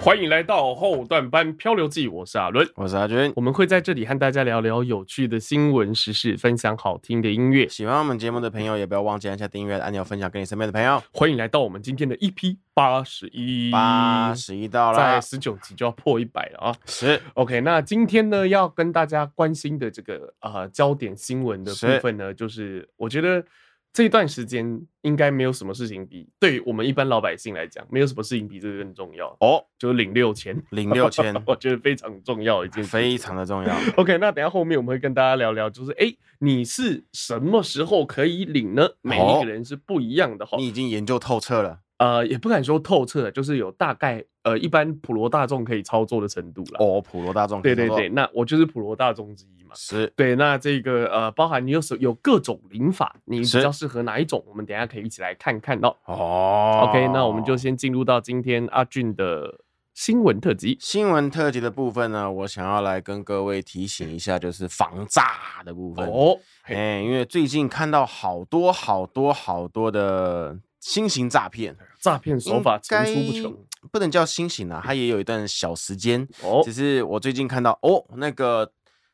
欢迎来到后段班漂流记，我是阿伦。我是阿军。我们会在这里和大家聊聊有趣的新闻时事，分享好听的音乐。喜欢我们节目的朋友，也不要忘记按下订阅按钮，分享给你身边的朋友。欢迎来到我们今天的 EP 八十一，八十一到在啦，十九集就要破一百了啊！十 OK，那今天呢，要跟大家关心的这个呃焦点新闻的是部分呢，就是我觉得这段时间应该没有什么事情比对于我们一般老百姓来讲，没有什么事情比这个更重要，哦，就是领六千，领六千 我觉得非常重要一件事。非常的重要。 OK，那等一下后面我们会跟大家聊聊，就是哎，诶你是什么时候可以领呢？每一哦个人是不一样的哈。你已经研究透彻了呃，也不敢说透彻，啊就是有大概呃一般普罗大众可以操作的程度啦。哦，普罗大众。对对对，，那我就是普罗大众之一嘛。十对，那这个呃，包含你有什有各种领法，你比是较适合哪一种？我们等一下可以一起来看看哦。哦 OK，那我们就先进入到今天阿俊的新闻特辑。新闻特辑的部分呢，我想要来跟各位提醒一下，就是防诈的部分。哦，哎、嘿因为最近看到好多好多好多的新型诈骗，诈骗手法层出不应穷该。不能叫新型啊，它也有一段小时间。哦只是我最近看到哦，那个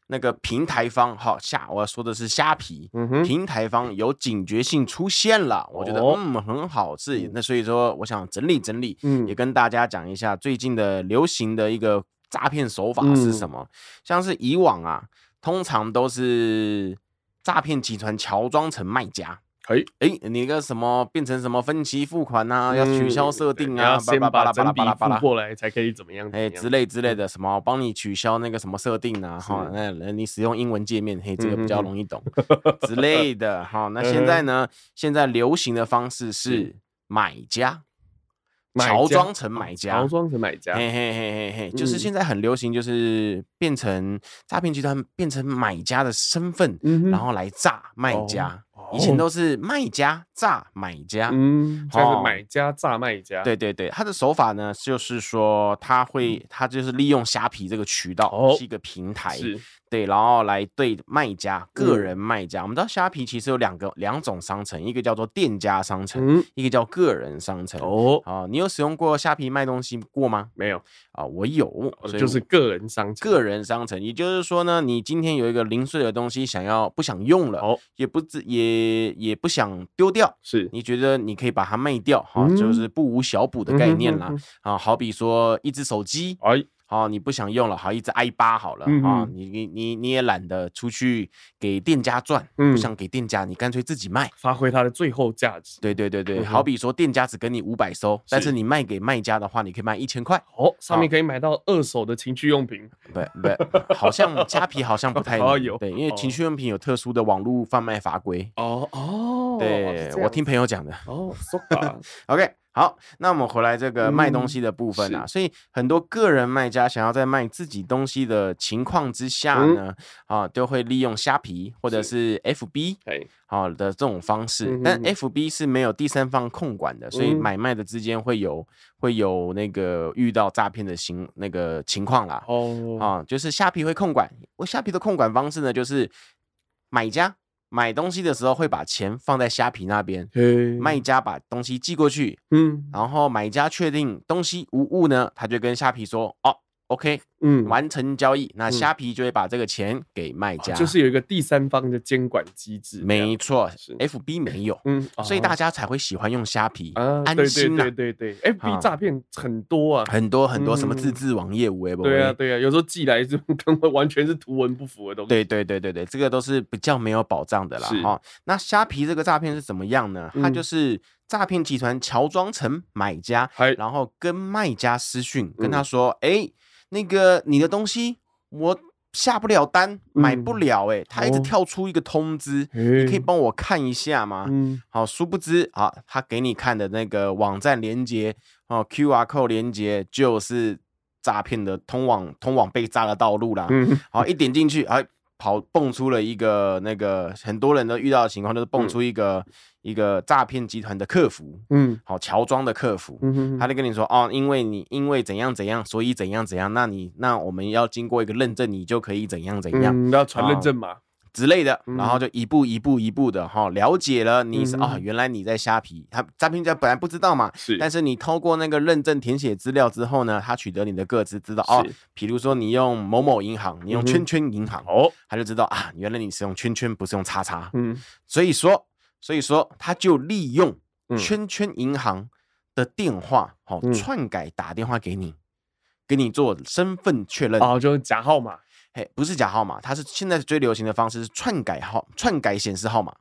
那个平台方，好虾，我要说的是虾皮。嗯哼，平台方有警觉性出现了，我觉得、哦嗯很好，是嗯那所以说我想整理整理，嗯也跟大家讲一下最近的流行的一个诈骗手法嗯是什么。像是以往啊，通常都是诈骗集团乔装成卖家，嘿，诶，你那个什么变成什么分期付款啊，要取嗯消设定要啊，巴先拉巴把拉巴整拉笔巴拉巴付拉。过来才可以怎么样？怎么哎，样 之类之类的，什么帮你取消那个什么设定啊，嗯是哈，那那你使用英文界面，嘿，这个比嗯较嗯嗯容易懂之类的， 哈。那现在呢，现在流行的方式是买家，买乔家哦装成买家乔，装成买家，哎嘿嘿嘿嘿嘿，就是嗯现在很流行，就是变成诈骗集团变成买家的身份，嗯哼然后来诈卖哦家。以前哦都是卖家诈买家，嗯，现在是哦买家诈卖家，对对对，他的手法呢，就是说他会，他就是利用虾皮这个渠道，嗯哦是一个平台，是对，然后来对卖家、个嗯人卖家。我们知道虾皮其实有两个两种商城，一个叫做店家商城，嗯一个叫个人商城。哦哦，你有使用过虾皮卖东西过吗？没有，啊、我有，哦所以就是我个人商城个人商城，也就是说呢，你今天有一个零碎的东西想要不想用了，哦也不自也也不想丢掉，是你觉得你可以把它卖掉哈、就嗯是不无小补的概念啦。嗯哼啊，好比说一只手机，哼哼哎，哦，你不想用了，好，一只 i 八好了嗯啊嗯，你你你你也懒得出去给店家赚，嗯不想给店家，你干脆自己卖。发挥它的最后价值，对对对嗯对，哼好比说店家只给你五百收，但是是你卖给卖家的话，你可以卖一千块。哦，上面好可以买到二手的情趣用品，不不，好 像虾皮好像不太哦能有对，因哦为情趣用品有特殊的网络贩卖法规。哦哦，对是，这我样听朋友讲的。哦，so far， OK，好，那我们回来这个卖东嗯西的部分啊，是所以很多个人卖家想要在卖自己东西的情况之下嗯呢，啊，都会利用虾皮或者是 FB 哎，好、的这种方式，嗯但哼哼 FB 是没有第三方控管的，所以嗯买卖的之间会有会有那个遇到诈骗的行那个情况啦。哦，啊，就是虾皮会控管，我虾皮的控管方式呢，就是买家买东西的时候会把钱放在虾皮那边。嘿卖，家把东西寄过去，嗯然后买家确定东西无误呢，他就跟虾皮说：“哦，OK，嗯，完成交易。”那嗯虾皮就会把这个钱给卖哦家，就是有一个第三方的监管机制，这样没，错是，FB 没有，嗯，所以哦大家才会喜欢用虾皮，啊，对安对心呐对。对对，F B 啊诈骗很多啊，很欸多很多什么嗯自制网页无为不对啊为，对啊，有时候寄来就 跟完全是图文不符的东西。对对对对对，这个都是比较没有保障的啦是哈。那虾皮这个诈骗是怎么样呢？它嗯就是诈骗集团乔装成买家，还然后跟卖家私讯，跟嗯他说：“哎、那个你的东西我下不了单，买不嗯了、欸。”哎，他一直哦跳出一个通知，你你可以帮我看一下吗？嗯好，殊不知啊，他给你看的那个网站连接哦，QR code 连接就是诈骗的通往通往被炸的道路啦。嗯好，一点进去，哎，跑蹦出了一个那个很多人都遇到的情况，就是嗯蹦出一个、一个诈骗集团的客服，嗯好乔装的客服，嗯他就跟你说哦，因为你因为怎样怎样，所以嗯怎样怎样，那你那我们要经过一个认证，你就可以怎样怎样。嗯，要传认证码，之类的，嗯然后就一步一步一步的哈、了解了你是嗯啊、原来你在虾皮，他诈骗家本来不知道嘛，是，但是你透过那个认证填写资料之后呢，他取得你的个资，知道哦是，比如说你用某某银行，你用嗯哼圈圈银行，哦，他就知道啊，原来你是用圈圈，不是用叉叉，嗯，所以说，所以说他就利用嗯圈圈银行的电话，好、嗯篡改打电话给你，给你做身份确认。哦，就是假号码，嘿，不是假号码，它是现在最流行的方式是篡改号、篡改显示号码。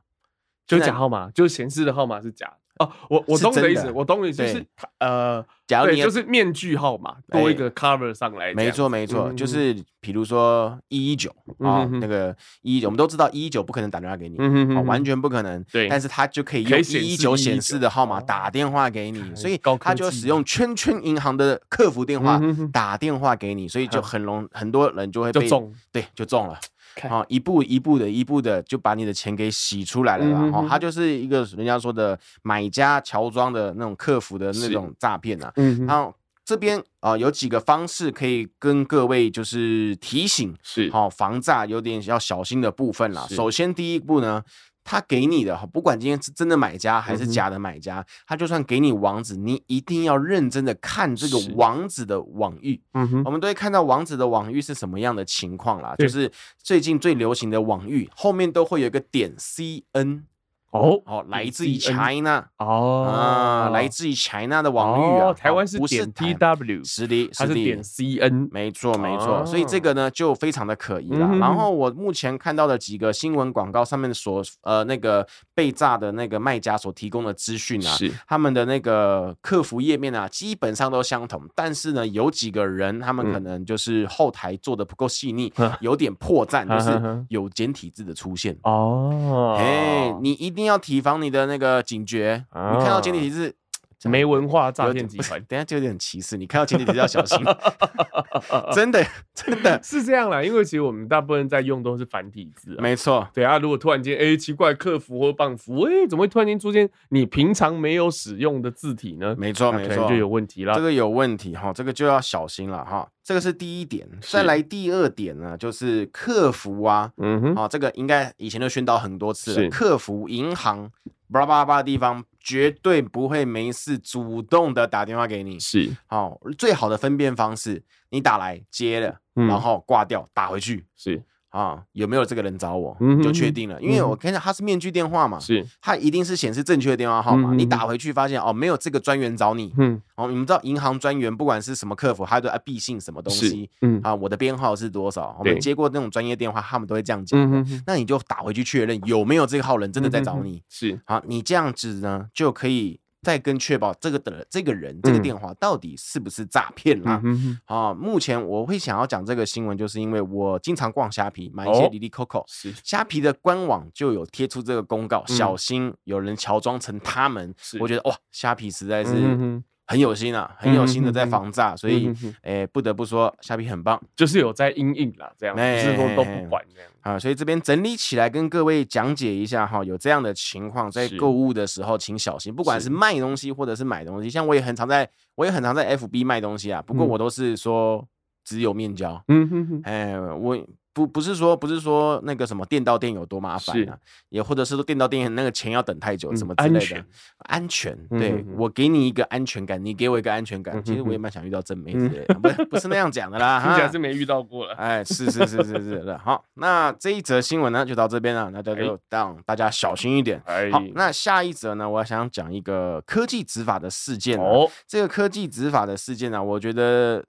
就是现在假号码，就是显示的号码是假的。哦，我我是懂你的真意的思，我懂你的意思，就对是它呃，假如对，你就是面具号码哎多一个 cover 上来，没错，没错，就是比如说一一九啊嗯嗯哼，哼那个一一九，我们都知道一一九不可能打电话给你，嗯哼哼哦，哼完全不可能。对但是他就可以可以用显示一一九显示的号码119打电话给你，看所以哦哎高科他就技使用圈圈银行的客服电话嗯哼哼打电话给你，所以就哼很容很多人就会就被中，对，就中了。看啊，一步一步的，一步的就把你的钱给洗出来了啦。嗯哼哈、哼它就是一个人家说的买家乔装的那种客服的那是种诈骗啊。嗯哼，然后这边啊、呃有几个方式可以跟各位就是提醒，是，好、防诈有点要小心的部分啦。是首先第一步呢，他给你的，不管今天是真的买家还是嗯哼假的买家，他就算给你网址，你一定要认真的看这个是网址的网域。嗯我哼，们都会看到网址的网域是什么样的情况啦，对就是最近最流行的网域后面都会有一个点 cn 哦哦，来自于 CN China 哦啊，来自于 China 的网域啊，哦台湾哦是不是点台 DW，实力它实是力点。CN，没错，没错，所以这个呢就非常的可疑啦。哦嗯然后我目前看到的几个新闻广告上面所呃那个被诈的那个卖家所提供的资讯啊，是，他们的那个客服页面啊，基本上都相同，但是呢，有几个人他嗯们可能就是后台做的不够细腻，有点破绽，就哈哈哈是有简体字的出现。哦，哎，你一定要提防你的那个警觉，啊你看到简体字。这样没文化诈有骗点集不是团，等一下就有点歧视。你看到简体字要 小心，真的真的，是这样啦，因为其实我们大部分在用都是繁体字啊。没错，对啊，如果突然间，哎、奇怪，客服或棒服，哎、怎么会突然间出现你平常没有使用的字体呢？没错，那没可错，能就有问题啦。这个有问题哈，这个就要小心了哈。这个是第一点，再是来第二点呢，就是客服啊，嗯哼，哦，这个应该以前都宣导很多次是了，客服、银行、巴拉巴拉巴拉地方绝对不会没事主动的打电话给你。是，好、最好的分辨方式，你打来接了，嗯然后挂掉，打回去是啊、有没有这个人找我，嗯哼你就确定了，因为我看到他是面具电话嘛，是，他一定是显示正确的电话号码。嗯嗯嗯你打回去发现哦，没有这个专员找你。嗯，哦，你们知道银行专员不管是什么客服，他都要必信什么东是西，嗯，啊，我的编号是多少？我们对接过那种专业电话，他们都会这样讲。嗯哼嗯哼，那你就打回去确认有没有这个号人真的在找你。是，好，你这样子呢，就可以再跟确保这个的这个人这个嗯电话到底是不是诈骗啦嗯。哼哼，啊，目前我会想要讲这个新闻，就是因为我经常逛虾皮买一些哦滴滴 Coco，是虾皮的官网就有贴出这个公告，嗯小心有人乔装成他们。是我觉得哇，虾皮实在嗯哼是哼很有心啊，很有心的在嗯哼哼防诈，所以嗯哼哼诶、不得不说虾皮很棒。就是有在阴影啦，这样，不哎是说都不管这样。啊，所以这边整理起来跟各位讲解一下哈，有这样的情况，在是购物的时候请小心，不管是是卖东西或者是买东西，像我也很常在，我也很常在 FB 卖东西啊，不过嗯我都是说只有面交，嗯哼哼，哎、我不不是说不是说那个什么店到店有多麻烦是啊，也或者是说店到店那个钱要等太久嗯什么之安类的全，安全，嗯对、哼哼我给你一个安全感，你给我一个安全感，嗯其实哼我也哼蛮想遇到正妹之嗯类的，不是不是那样讲的 啦，听起来哈是。没遇到过了。哎，是是是是是的，好，那这一则新闻呢就到这边了，那大家就让大家小心一点。哎好，那下一则呢，我想讲一个科技执法的事件、哦，哦，这个科技执法的事件呢、我觉得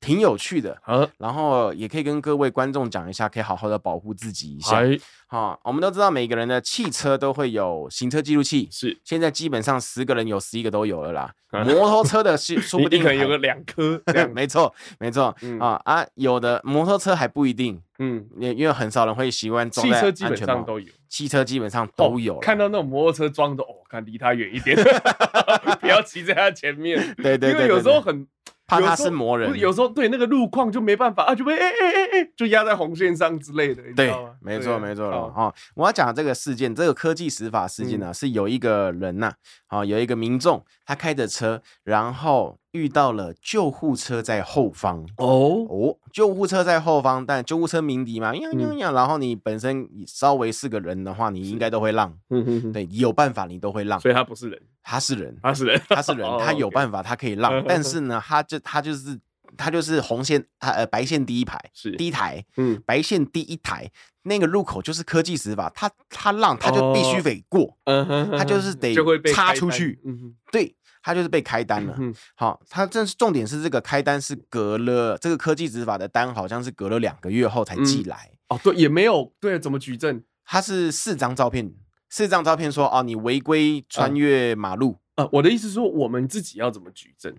挺有趣的，好，然后也可以跟各位观众讲一下，可以好好的保护自己一下。哎，好、我们都知道每个人的汽车都会有行车记录器，是，现在基本上十个人有十一个都有了啦。啊摩托车 的是说你不你定可能有还个两 颗这样。没错，没错、嗯啊啊，有的摩托车还不一定，嗯，因因为很少人会习惯装汽在车基安本全帽上，都有。汽车基本上都有了、哦看到那种摩托车装的，哦，看离他远一点， 不要骑在他前面。 对对对因为有时候很怕有他时候是魔人不是，有时候对那个路况就没办法啊，就被哎哎哎哎，就压在红线上之类的，你知对道吗，没错没错了。哦哦，我要讲的这个事件，这个科技执嗯法事件呢、是有一个人呐、啊，有一个民众，他开着车，然后遇到了救护车在后方。哦，哦，救护车在后方，但救护车鸣笛嘛，呀呀嗯呀！然后你本身稍微是个人的话，你应该都会让，嗯哼哼，对，有办法你都会让。所以他不是哦人，他 是人，他是人，他是人，他有法，办法，他可以让但是 呢，他就他就是他就是红线，他呃白线第一排，是第一台，嗯，白线第一台那个路口就是科技执法，他他让他就必须哦得过，嗯哼哼他就是得就会被插开单出去嗯对他就是被开单哼了。嗯哼好，他正是重点是这个开单是隔了这个科技执法的单，好像是隔了两个月后才寄嗯来，哦，对，也没有对，怎么举证？他是四张照片，四张照片说哦你违规穿越马路。呃，我的意思是说，我们自己要怎么举证？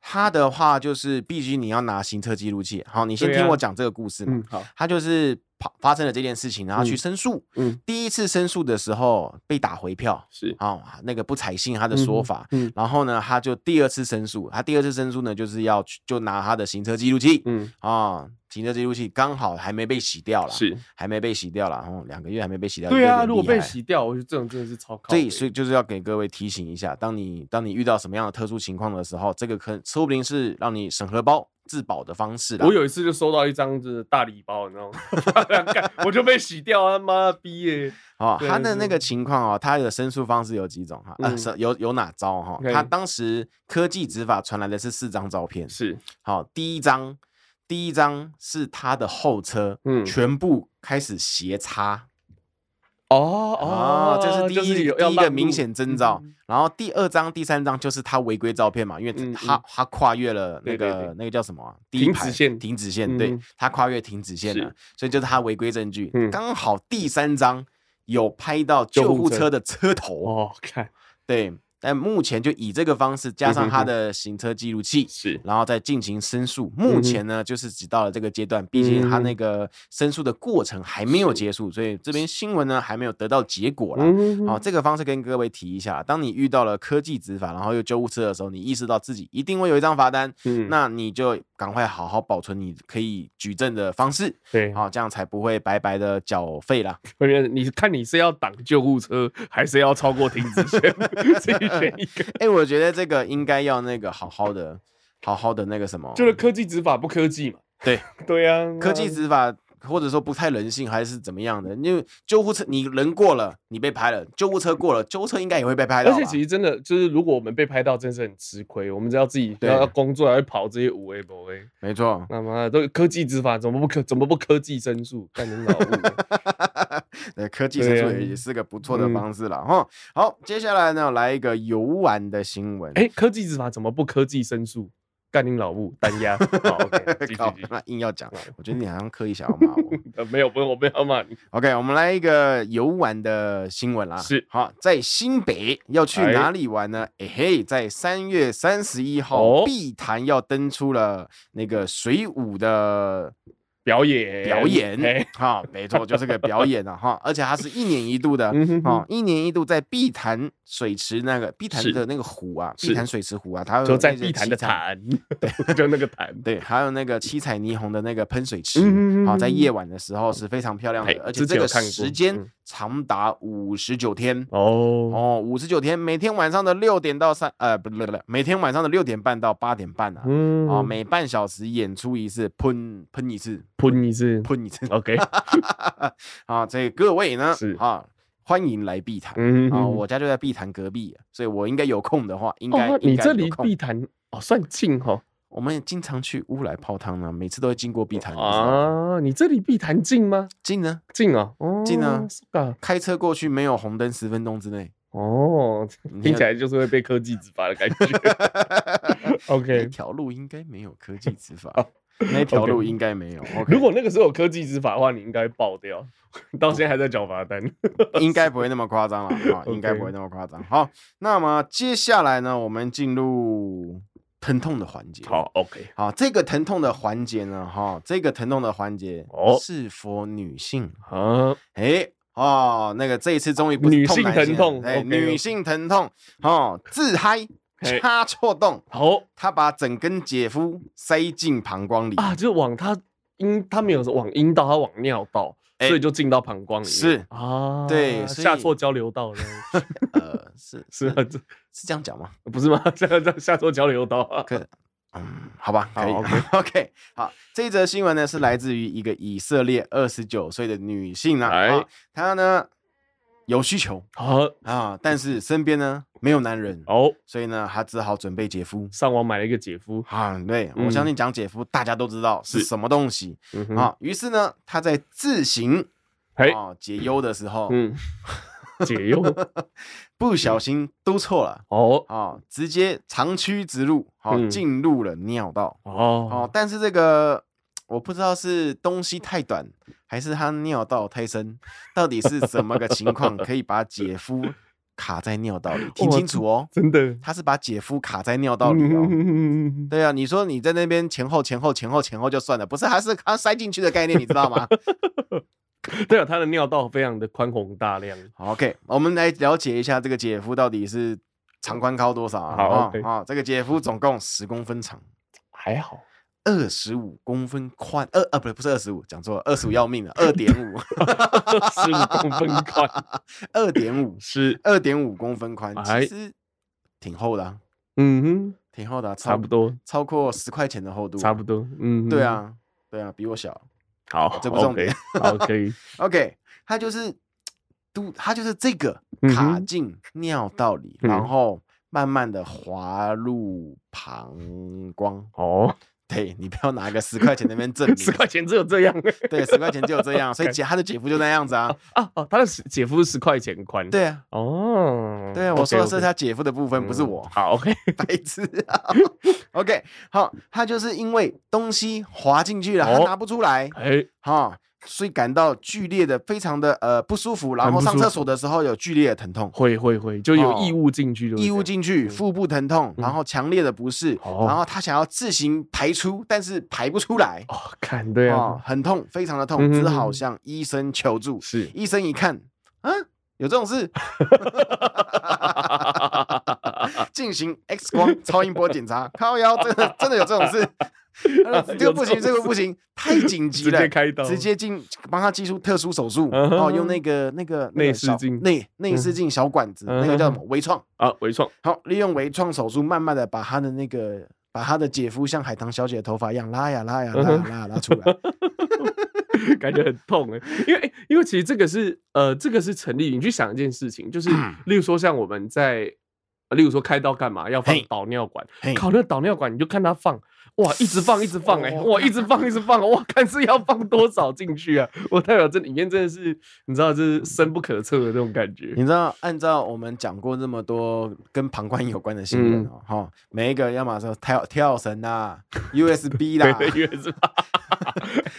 他的话就是必须你要拿行车记录器。好，你先对听啊我讲这个故事嘛。嗯，好，他就是发发生了这件事情，然后去嗯申诉。嗯，第一次申诉的时候被打回票，是哦，那个不采信他的说法。，嗯然后呢，他就第二次申诉，他第二次申诉呢，就是要去就拿他的行车记录器嗯，啊、行车记录器刚好还没被洗掉嗯了，是，还没被洗掉了，然后两个月还没被洗掉，对有啊，点如果厉被害洗掉，我觉得这种真的是超靠所背。以，所以就是要给各位提醒一下，当你当你遇到什么样的特殊情况的时候，这个可说不定是让你省荷包自保的方式啦我。有一次就收到一张就是大礼包，你知道吗？ 干我就被洗掉啊，他妈的逼耶！哦，对他的那对个情况哦，他的申诉方式有几种哈？呃，嗯是有有哪招哈？ OK 他当时科技执法传来的是四张照片，是，好，第一张，第一张是他的后车，嗯全部开始斜插，哦哦这是第就一有第要一个让明路显征兆嗯然后第二张、第三张就是他违规照片嘛，因为嗯他嗯他跨越了对那个对对那个叫什么啊、第一停排止线停止线，对嗯他跨越停止线了是，所以就是他违规证据。嗯刚好第三张有拍到救救护护车车的车头，哦，看对，但目前就以这个方式加嗯上哼他哼的行车记录器，是然后再进行申诉。嗯目哼前呢，就是只到了这个阶段，毕竟他嗯那个申诉的过程还没有结束，所以这边新闻呢还没有得到结果啦。嗯好、这个方式跟各位提一下，当你遇到了科技执法，然后又救护车的时候，你意识到自己一定会有一张罚单，嗯那你就赶快好好保存你可以举证的方式，对，好、这样才不会白白的缴费啦。 我觉得你看你是要挡救护车，还是要超过停止线， 自己选一个。哎、我觉得这个应该要那个好好的。好好的那个什么， 就是科技执法不科技嘛？对 对啊，科技执法或者说不太人性还是怎么样的？因为救护车你人过了，你被拍了；救护车过了，救护车应该也会被拍到而吧。且其实真的就是，如果我们被拍到，真是很吃亏。我们只要自己对要要工作，还会跑这些五 A 博 A，没错， 那妈的都科技执法，怎么不科怎么不科技申诉？干你老母！ 对，科技对成啊熟也也是个不错的嗯方式了哈、好，接下来呢，来一个游玩的新闻。 哎、科技执法怎么不科技申诉？干你老母！单压。好，OK，继续靠 继续，那硬要讲，我觉得你好像刻意想要骂我。呃没有，不是我没有要骂你。 OK，我们来一个游玩的新闻啦。啊是好，在新北要去哎哪里玩呢？哎、嘿，在三月三十一号哦，碧潭要登出了那个水舞的表演表演哎，哈、没错，就是个表 演啊哈，而且它是一年一度的嗯哼哦哼，一年一度在碧潭水池那个碧潭是的那个湖啊，是碧潭水池湖啊，它有就在那个碧潭的七彩，潭， 就那个潭，对，还有那个七彩霓虹的那个喷水池，好、嗯在夜晚的时候是非常漂亮的哎，而且之前这个有看过时间嗯长达五十九天。哦，哦，五十九天，每天晚上的六点到三，呃，不不不，每天晚上的六点半到八点半啊，嗯哦，每半小时演出一次，喷喷一次，喷一次喷一次， ，OK，啊，所以各位呢是，啊，欢迎来碧潭。嗯啊、我家就在碧潭隔壁，啊所以我应该有空的话，应该、哦，应你该这有离空碧潭哦算近哈我们也经常去乌来泡汤呢、啊每次都会经过碧潭。啊，啊，你这离碧潭近吗？近呢，近啊，哦近啊是吧开车过去没有红灯，十分钟之内，哦，你听看起 来就是会被科技执法的感觉。那 OK，条路应该没有科技执法，那条 OK 路应该没有。OK，如果那个时候有科技执法的话，你应该爆掉，到现在还在缴罚单。 应该不会那么 夸张了啊，应该不 OK 会那么夸张。好，那么接下来呢，我们进入疼痛的环节。好，OK， 好，这个疼痛的环节呢，哈，这个疼痛的环节哦是否女性？啊，哎哦，那个这一次终于不是女痛性男疼了痛哎， OK，女 OK 性疼痛哦，自嗨嘿掐错洞，好她把整根姐夫塞进膀胱里，啊，就是往他阴，他没有往阴道，他往尿道，哎所以就进到膀胱里面。是啊，对哦所以下错交流道了， 呃，是是啊，这是这样讲吗？ 不是吗？这样这样下错交流道啊，可嗯，好吧，可以 好 o k 好，这一则新闻呢是来自于一个以色列二十九岁的女性啊，哎啊她呢有需求 好啊，但是身边呢没有男人，哦，所以呢她只好准备姐夫上网买了一个姐夫，啊。对，我相信讲姐夫大家都知道嗯是是什么东西嗯哼，啊。于是呢，她在自行嘿，啊解忧的时候，嗯，解 忧不小心都错了哦啊，直接长驱直入，好嗯进入了尿道。哦哦，但是这个我不知道是东西太短，还是他尿道太深，到底是怎么个 情况可以把姐夫卡在尿道里？听哇清楚哦，真的，他是把姐夫卡在尿道里 哦。嗯对啊，你说你在那边前后前后前后前后就算了，不是，还是他塞进去的概念，你知道吗 对啊，他的尿道非常的宽宏大量，好？OK，我们来了解一下这个姐夫到底是长宽高多少啊？好啊、 ，OK 啊这个姐夫总共十公分长，还好，二十五公分宽，二啊不是不是二十五，讲错了，二十五要命了，二点五， 十五公分宽， 二点五，是，二点五公分宽，哎其实挺厚的、啊，嗯哼，挺厚的啊、差不多，超过十块钱的厚度，差不。多，嗯，对，啊，对啊，比我小。好，这不重点 OK，好，可以， OK，它就是都，它就是这个嗯卡哼进尿道里，嗯然后慢慢的滑入膀胱。哦，对你不要拿个十块钱那边 证明十，块钱只有这样 对，十块钱就有这样，所以姐他的姐夫就那样子啊。啊哦，他的姐夫是十块钱宽，，对啊，哦，对啊，我说的是 OK，OK 他姐夫的部分，不是嗯我。好，OK，白痴、啊。OK，好，他就是因为东西滑进去了，哦他拿不出来，哎，哈、所以感到剧烈的、非常的呃不舒服，然很后不上舒厕服所的时候有剧烈的疼痛。会会会，就有哦异物进去，异物进。进去，腹部疼痛，然后强烈的不适，嗯哦然后他想要自行排出，但是排不出来，哦，看对哦啊，，很痛，非常的嗯痛，只哼好哼向医生求助。 是医生一看，啊，有这种事， 进行 X 光、超音波检查，靠腰，真的真的有这种事。他 说呃这个不行，这个不行，太紧急直了，接开刀，直接进帮他技术特殊手术，嗯哼哦，用那个那个那个内视小镜内内视镜小管子，嗯那个叫什么微创，啊，微创 好，利用微创手术，慢慢的把他的那个把他的姐夫像海棠小姐的头发一样拉呀拉呀拉嗯呀哼拉呀拉出 来，感觉很痛哎，因为诶因为其实这个是呃，这个是成立。你去想一件事情，就是嗯例如说像我们在，呃例如说开刀干嘛要放嘿导尿管，嘿靠那导尿管你就看它放，哇，一直放一直放哎，哦哇，一直放一直放，哇，看是要放多少进去啊？ 我代表这里面真的是你知道，就是深不可测的那种感觉你知道，按照我们讲过这么多跟膀胱有关的新嗯闻哦，哈、每一个要么说跳跳绳啊啦、USB 啦，对，越是吧？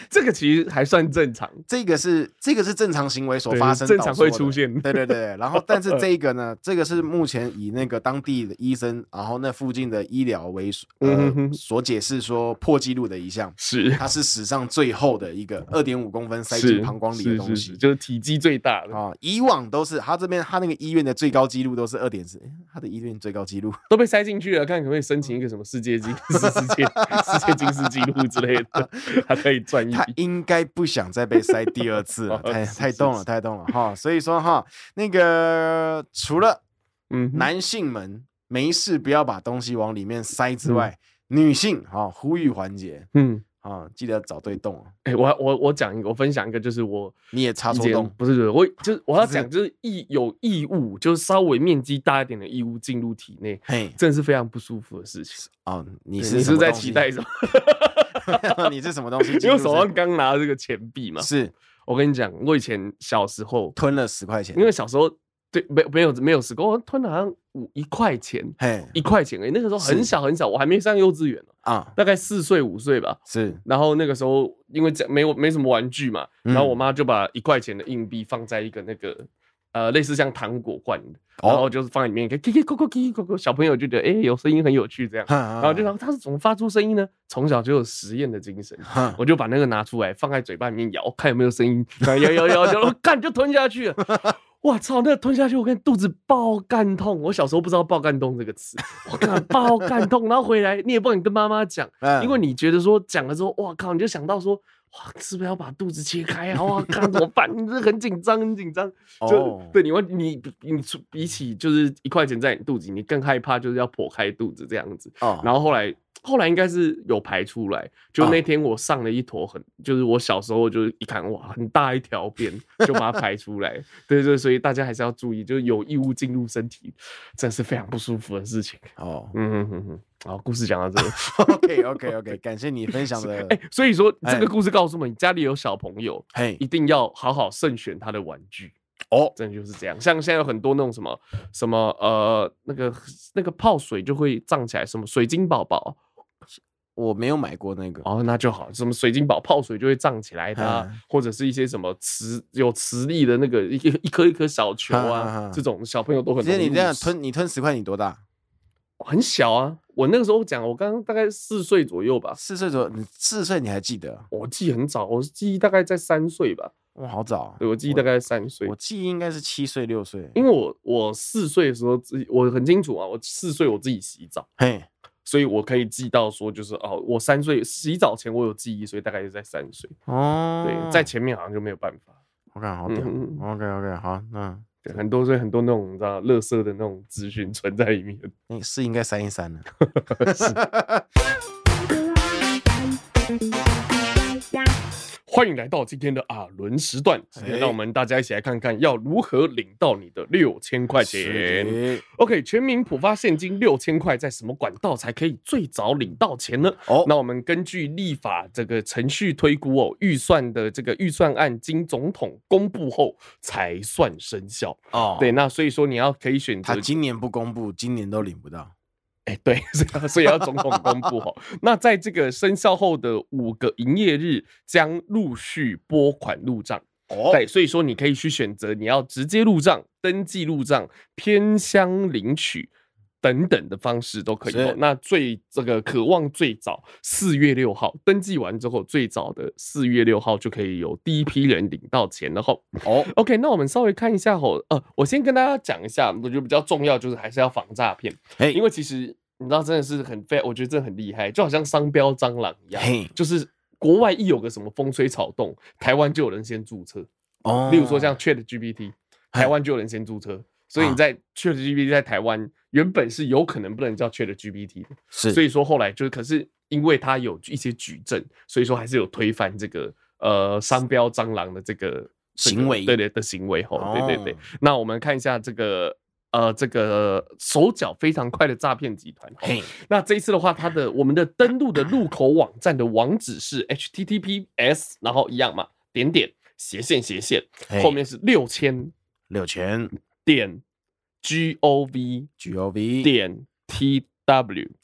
这个其实还算正常，这个是这个是正常行为所对发生，正常会出。 现。对对对，然后但是这一个呢，这个是目前以那个当地的医生，然后那附近的医疗为呃嗯哼哼所解释说破纪录的一项，是它是史上最厚的一个二点五公分塞是进膀胱里是的东是西是就是体积最大的，啊、以往都是他这边他那个医院的最高纪录都是二点四，诶他的医院最高纪录都被塞进去了，看可不可以申请一个什么世界 金世世界世界金氏纪录之类的，还可以赚 一他笔。，应该不想再被塞第二次了 太是是太动了，是太动了哈。所以说哈，那个除了嗯哼，男性们没事不要把东西往里面塞之外，女性哈呼吁环节嗯，啊，记得找对洞哦，哎、我还我我讲一个，我分享一个，就是我你也插以错前洞，不是不是，我就是我要不是讲，就是异有异物，就是稍微面积大一点的异物进入体内，嘿真的是非常不舒服的事情。哦，你对是你什是么在东期西待，什么？ 你是什么东 西因进入为身？我手上刚拿这个钱币嘛， 是我跟你讲，我以前小时候，吞了十块钱，因为小时候对没没有没有时过，我吞了好像五一块钱。嘿一块钱而已，那个时候很是小很小，我还没上幼稚园呢啊大概四岁五岁吧。是然后那个时候因为家没有没什么玩具嘛，嗯然后我妈就把一块钱的硬币放在一个那个呃类似像糖果罐的，哦然后就是放在里面，叽叽咕咕叽叽咕咕，小朋友就觉得哎、诶有声音很有趣这样。然然后就想它是怎么发出声音呢？从小就有实验的精神，哼我就把那个拿出来放在嘴巴里面咬，看有没有声音，然后咬咬咬，就干就吞下去了。我操！那个吞下去，我跟肚子爆干痛。我小时候不知道“爆干痛”这个词，我干爆干痛，然后回来你也不敢跟妈妈讲， 嗯因为你觉得说讲了之后，哇靠，你就想到说，哇，是不是要把肚子切开啊？哇，看怎么办？你这很紧张，很紧张。就哦对你完，你你出比起就是一块钱在你肚子，你更害怕就是要剖开肚子这样子。哦，嗯然后后来后来应该是有排出来，就那天我上了一坨很，就是我小时候就是一看哇，很大一条便，就把它排出来。 对对，所以大家还是要注意，就是有异物进入身体，真是非常不舒服的事情。哦嗯哼哼哼，好，故事讲到这 里。 ，OK OK OK，感谢你分 享的，哎、所以说这哎嗯个故事告诉我们，你家里有小朋友，嘿一定要好好慎选他的玩具。哦，真的就是这样。像现在有很多那种什么什么呃，那个那个泡水就会胀起来，什么水晶宝宝，我没有买过那个，哦，那就好。什么水晶宝泡水就会胀起来的啊、嗯或者是一些什么磁有磁力的那个一一颗一颗小球嗯嗯啊嗯，这种小朋友都很其实容易你这样入手吞，你吞十块，你多大？很小啊。我那个时候讲，我刚刚大概四岁左右吧，四岁左右，你四岁你还记得？我记得很早，我记忆大概在三岁吧，哇，好早啊！对我记忆大概在三岁我，我。记忆应该是七岁六岁，因为我我四岁的时候自己，我很清楚啊，我四岁我自己洗澡。嘿，所以我可以记到说，就是哦，我三岁洗澡前我有记忆，所以大概是在三岁。哦，对，在前面好像就没有办法。我看好屌嗯嗯嗯，OK OK，好，那对，很多所以很多那种你知道，乐色的那种资讯存在里面。那是应该删 一删了。欢迎来到今天的阿伦时段，今天让我哎们大家一起来看看要如何领到你的六千块钱。是的 OK，全民普发现金六千块，在什么管道才可以最早领到钱呢？哦，那我们根据立法这个程序推估哦，预算的这个预算案经总统公布后才算生效。哦，对，，那所以说你要可以选择他，今年不公布，今年都领不到。哎，对， 所以所以要总统公布 哦。那在这个生效后的五个营业日将陆续拨款入账。哦对，所以说你可以去选择你要直接入账、登记入账、偏乡领取等等的方式都可以、哦是。那最这个渴望最早四月六号登记完之后，最早的四月六号就可以有第一批人领到钱了吼。哦， OK，那我们稍微看一下吼，呃，我先跟大家讲一下，我觉得比较重要就是还是要防诈骗，嘿，因为其实你知道真的是很非，我觉得真的很厉害，就好像商标蟑螂一样，嘿，就是国外一有个什么风吹草动，台湾就有人先注册。哦，例如说像 Chat GPT，嗨台湾就有人先注册，所啊以你在 Chat GPT 在台湾原本是有可能不能叫 Chat GPT 的，是，所以说后来就是，可是因为它有一些举证，所以说还是有推翻这个呃商标蟑螂的这个这个行为对对的行为吼，对对对哦。那我们看一下这个呃这个手脚非常快的诈骗集团，嘿，那这一次的话，它的我们的登录的入口网站的网址是 https，然后一样嘛，点点斜线斜线，嘿后面是六千柳泉点 gov G O V，点 tw，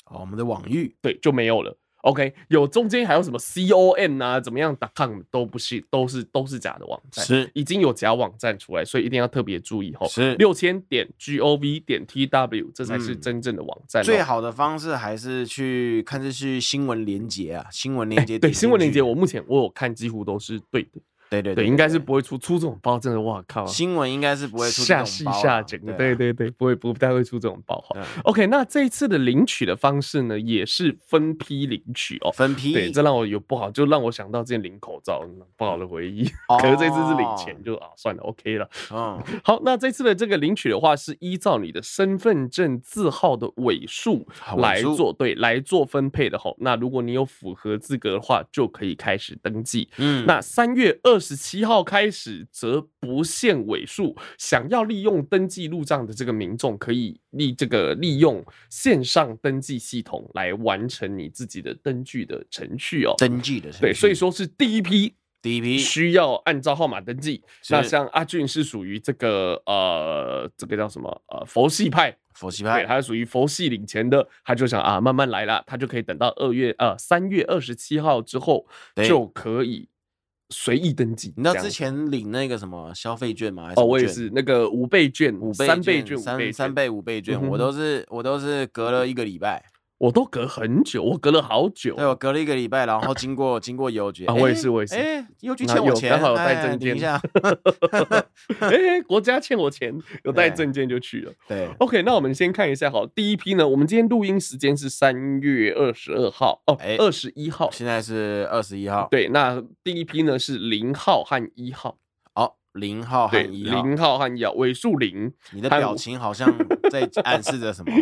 哦，我们的网域对，就没有了。OK，有中间还有什么 com 啊，怎么样 .com 都不是，都是都是假的网站，是已经有假网站出来，所以一定要特别注意吼。是哦六千点 gov 点 tw，这才是嗯真正的网站哦、最好的方式还是去看这是新闻连接啊，新闻连接哎对点新闻进链接，去我目前我有看，几乎都是对的。对对对，应该是不会出出这种包，真的，哇靠！新闻应该是不会出这下种细包啊下整个，对啊哦对对，不会不太会出这种包哈。对 OK，那这一次的领取的方式呢，也是分批领取哦。分批对，这让我有不好，就让我想到之前领口罩嗯不好的回忆。哦可是这次是领钱，就啊算了，OK 了。嗯好，那这次的这个领取的话，是依照你的身份证字号的尾数好 来啊尾数做，对，来做分配的吼。那如果你有符合资格的话，就可以开始登记。嗯那三月二十七号开始则不限尾数，想要利用登记入账的这个民众，可以利这个利用线上登记系统来完成你自己的登记的程序哦。登记的程序对，所以说是第一批第一批需要按照号码登记。是那像阿俊是属于这个呃，这个叫什么呃佛系派，佛系对，派他是属于佛系领钱的，他就想啊，慢慢来啦，他就可以等到二月呃三月二十七号之后对就可以随意登记。你知道这样之前领那个什么消费券吗？还什哦，么我也券是那个五倍券、五倍三倍券、券、五三倍三券，倍、五倍券，嗯哼我都是我都是隔了一个礼拜，我都隔很久，我隔了好久。 对我隔了一个礼拜，然后经过经过邮局，啊我也诶是我也是诶邮局那欠我有钱，刚好有带哎证领件一下， 哎，国家欠我钱，有带对证件就去了。对， OK，那我们先看一下好，第一批呢，我们今天录音时间是三月二十二号哦哎，二十一号。现在是二十一号，对，那第一批呢是零号和一号。好，零号和对，一号，零号和幺尾数零。你的和表五情好像 在暗示着什么。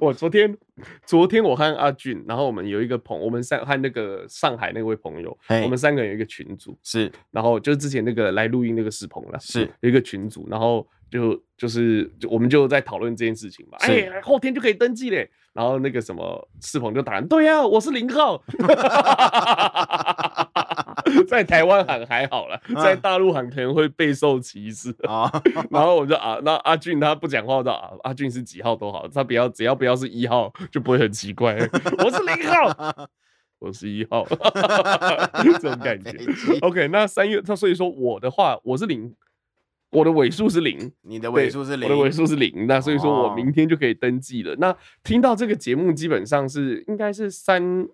我昨天，昨天我和阿俊，然后我们有一个朋，我们三和那个上海那位朋友，嘿我们三个人有一个群组， 是然后就是之前那个来录音那个世鹏了，是有一个群组，然后就就是就我们就在讨论这件事情嘛，是哎，后天就可以登记嘞。然后那个什么世鹏就打，对呀、我是零号， 在台湾喊还好了，嗯在大陆喊可能会备受歧视。啊，然后我就啊，那阿俊他不讲话，我就啊，阿俊是几号都好，他不要只要不要是一号就不会很奇怪。 我是零号，我是一号， 这种感 觉哦北。极 OK，那三月，那所以说我的话，我是零，我的尾数是零，你的对尾数是我零，的尾数是零，那所以说哦我明天就可以登记了。那听到这个节目，基本上是应该是三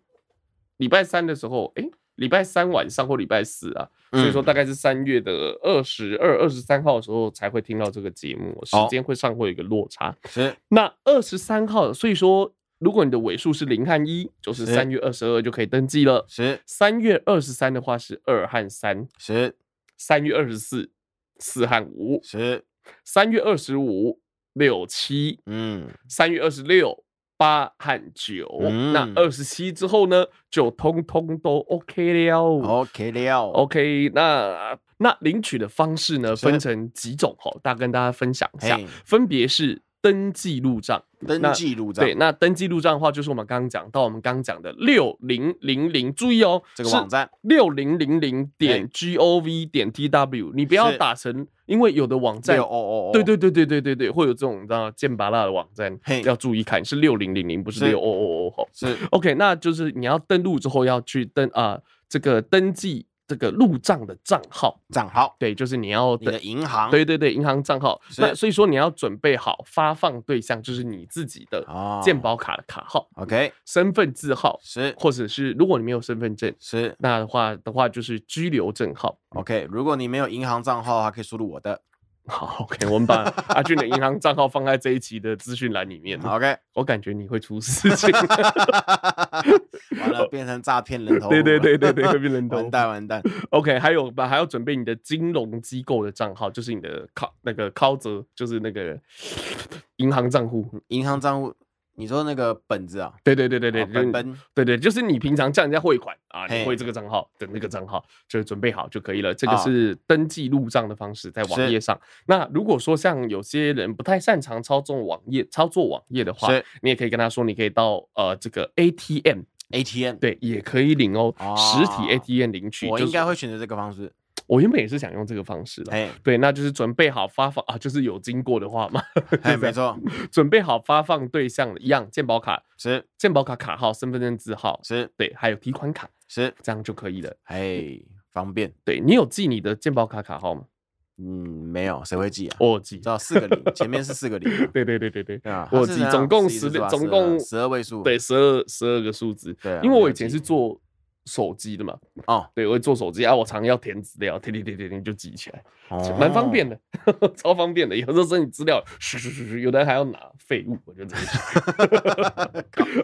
礼拜三的时候，诶，礼拜三晚上或礼拜四啊，所以说嗯大概是三月的二十二、二十三号的时候才会听到这个节目，时好间会上会有一个落差。是那二十三号，所以说如果你的尾数是零和一，就是是三月二十二就可以登记了。是三月二十三的话是二和三，是三月二十四四和五，是，三月二十五六七，嗯，三月二十六八和九、嗯那二十七之后呢，就通通都 OK 了。 OK 了 OK，那那领取的方式呢，是分成几种哈，大家跟大家分享一下嘿，分别是登记入账。登那记入账对，，那登记入账的话，就是我们刚刚讲到，我们刚刚讲的六零零零，注意哦，这个网站六零零零对点 g o v 点 t w，你不要是打成，因为有的网站六哦哦哦，对对对对对对对，会有这种你知道剑拔辣的网站嘿，要注意看，是六零零零，不是是六哦哦哦吼。是 OK，那就是你要登录之后要去登啊、这个登记这个入账的账号，账号，对，就是你要你的登。银行对对对，银行账号。是那所以说你要准备好发放对象，就是你自己的啊，健保卡的卡号、 OK 身份字号，是或者是如果你没有身份证，是那的话的话就是居留证号。 OK，如果你没有银行账号的话，可以输入我的好，OK，我们把阿俊的银行账号放在这一期的资讯栏里面。 OK，我感觉你会出事情。 完了变成诈骗人头，对对对对 对，会。变人头完。蛋完蛋， OK，还有吧，还要准备你的金融机构的账号，就是你的靠那个靠泽，就是那个银行账户。银行账户，你说那个本子啊，对对对对对，啊就是本你本对对，就是你平常叫人家汇款啊，嘿你汇这个账号的那个账号，就准备好就可以了。这个啊是登记入账的方式，在网是页上。那如果说像有些人不太擅长操纵网页、操作网页的话是，你也可以跟他说，你可以到呃这个 ATM， ATM，对，也可以领哦，啊实体 ATM 领取。我就应是嗯该会选择这个方式。我原本也是想用这个方式的。哎对，那就是准备好发放啊，就是有经过的话嘛， 哎，没错，准备好发放对象一样，健保卡、是健保卡卡号、身份证字号，是对，还有提款卡，是，这样就可以了。哎，方便。对你有记你的健保卡卡号吗？嗯，没有，谁会记啊？我有记你知。道四个零，前面是四个零啊。 对对对对对，对啊，我它记是那样总共14十是吧总共啊十二位数。对，十二十二个数字。对啊因为我我有以前记是做手机的嘛，哦，对，我会做手机啊，我常要填资料，填填填填填就记起来，哦蛮方便的， 超方便的。有时候整理资料，嘘嘘嘘嘘，有的人还要拿废物，我就直接去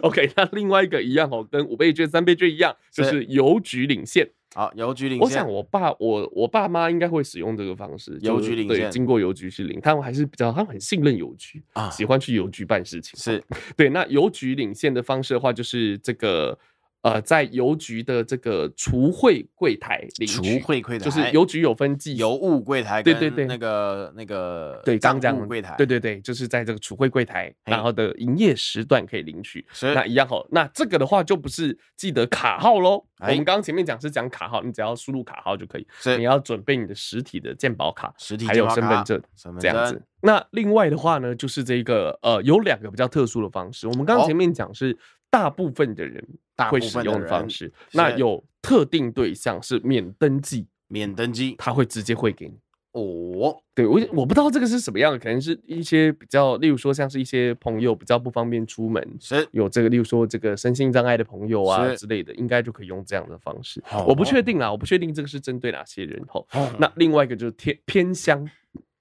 OK，那另外一个一样哦，跟五倍券、三倍券一样，就是是邮局领现。好，邮局领我现想我爸我我爸妈应该会使用这个方式，邮就是局领对，现经过邮局去领，他们还是比较他们很信任邮局，啊，喜欢去邮局办事情。是对，那邮局领现的方式的话，就是这个呃，在邮局的这个储汇柜台领除取，会柜台，就是邮局有分寄邮务柜台，对对对那个那个对，刚账讲务柜台，对对对，就是在这个储汇柜台，嘿呃然后的营业时段可以领取。是那一样好，那这个的话就不是记得卡号喽。我哎们刚刚前面讲是讲卡号，你只要输入卡号就可以。是你要准备你的实体的健保卡，实体还有健保身卡份证身份这样证子。那另外的话呢，就是这个呃，有两个比较特殊的方式。我们刚刚哦前面讲是大部分的人大会部使分的用的方人式，那是有特定对象是免登记，免登机他会直接汇给你。哦，对我我不知道这个是什么样的，可能是一些比较，例如说像是一些朋友比较不方便出门，是有这个，例如说这个身心障碍的朋友啊是之类的，应该就可以用这样的方式好。我不确定啦，我不确定这个是针对哪些人吼。哦那另外一个就是偏偏乡，